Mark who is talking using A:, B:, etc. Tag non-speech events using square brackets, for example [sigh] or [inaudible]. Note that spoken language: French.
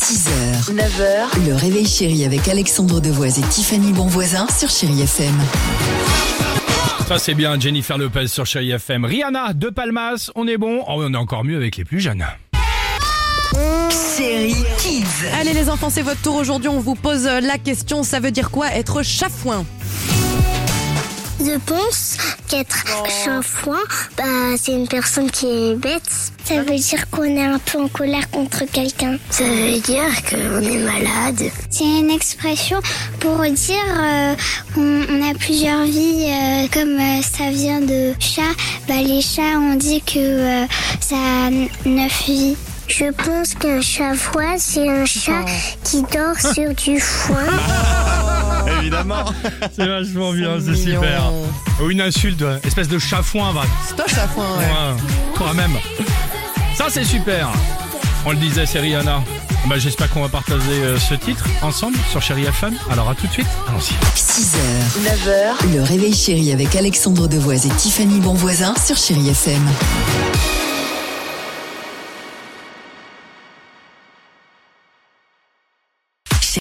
A: 6h, 9h, le réveil chéri avec Alexandre Devoise et Tiffany Bonvoisin sur Chéri FM.
B: Ça c'est bien, Jennifer Lopez sur Chéri FM. Rihanna de Palmas, on est bon. Oh, on est encore mieux avec les plus jeunes.
A: Chéri Kids.
C: Allez les enfants, c'est votre tour aujourd'hui. On vous pose euh, la question. Ça veut dire quoi être chafouin
D: Je pense qu'être chafouin, bah, c'est une personne qui est bête. Ça veut dire qu'on est un peu en colère contre quelqu'un. Ça veut dire qu'on est malade. C'est une expression pour dire euh, qu'on on a plusieurs vies. euh, comme euh, ça vient de chat, bah, les chats, on dit que euh, ça a neuf vies. Je pense qu'un chafouin, c'est un chat qui dort sur du foin.
E: Évidemment.
B: [laughs] C'est vachement bien, Ah, c'est super. Ou une insulte, ouais. espèce de chafouin, va.
C: C'est un chafouin, ouais.
B: Quand même. Ça c'est super. On le disait, c'est Rihanna. Bah, J'espère qu'on va partager euh, ce titre ensemble sur Chéri FM. Alors à tout de suite. Allons-y.
A: 6h, 9h, le réveil chéri avec Alexandre Devoise et Tiffany Bonvoisin sur Chéri FM.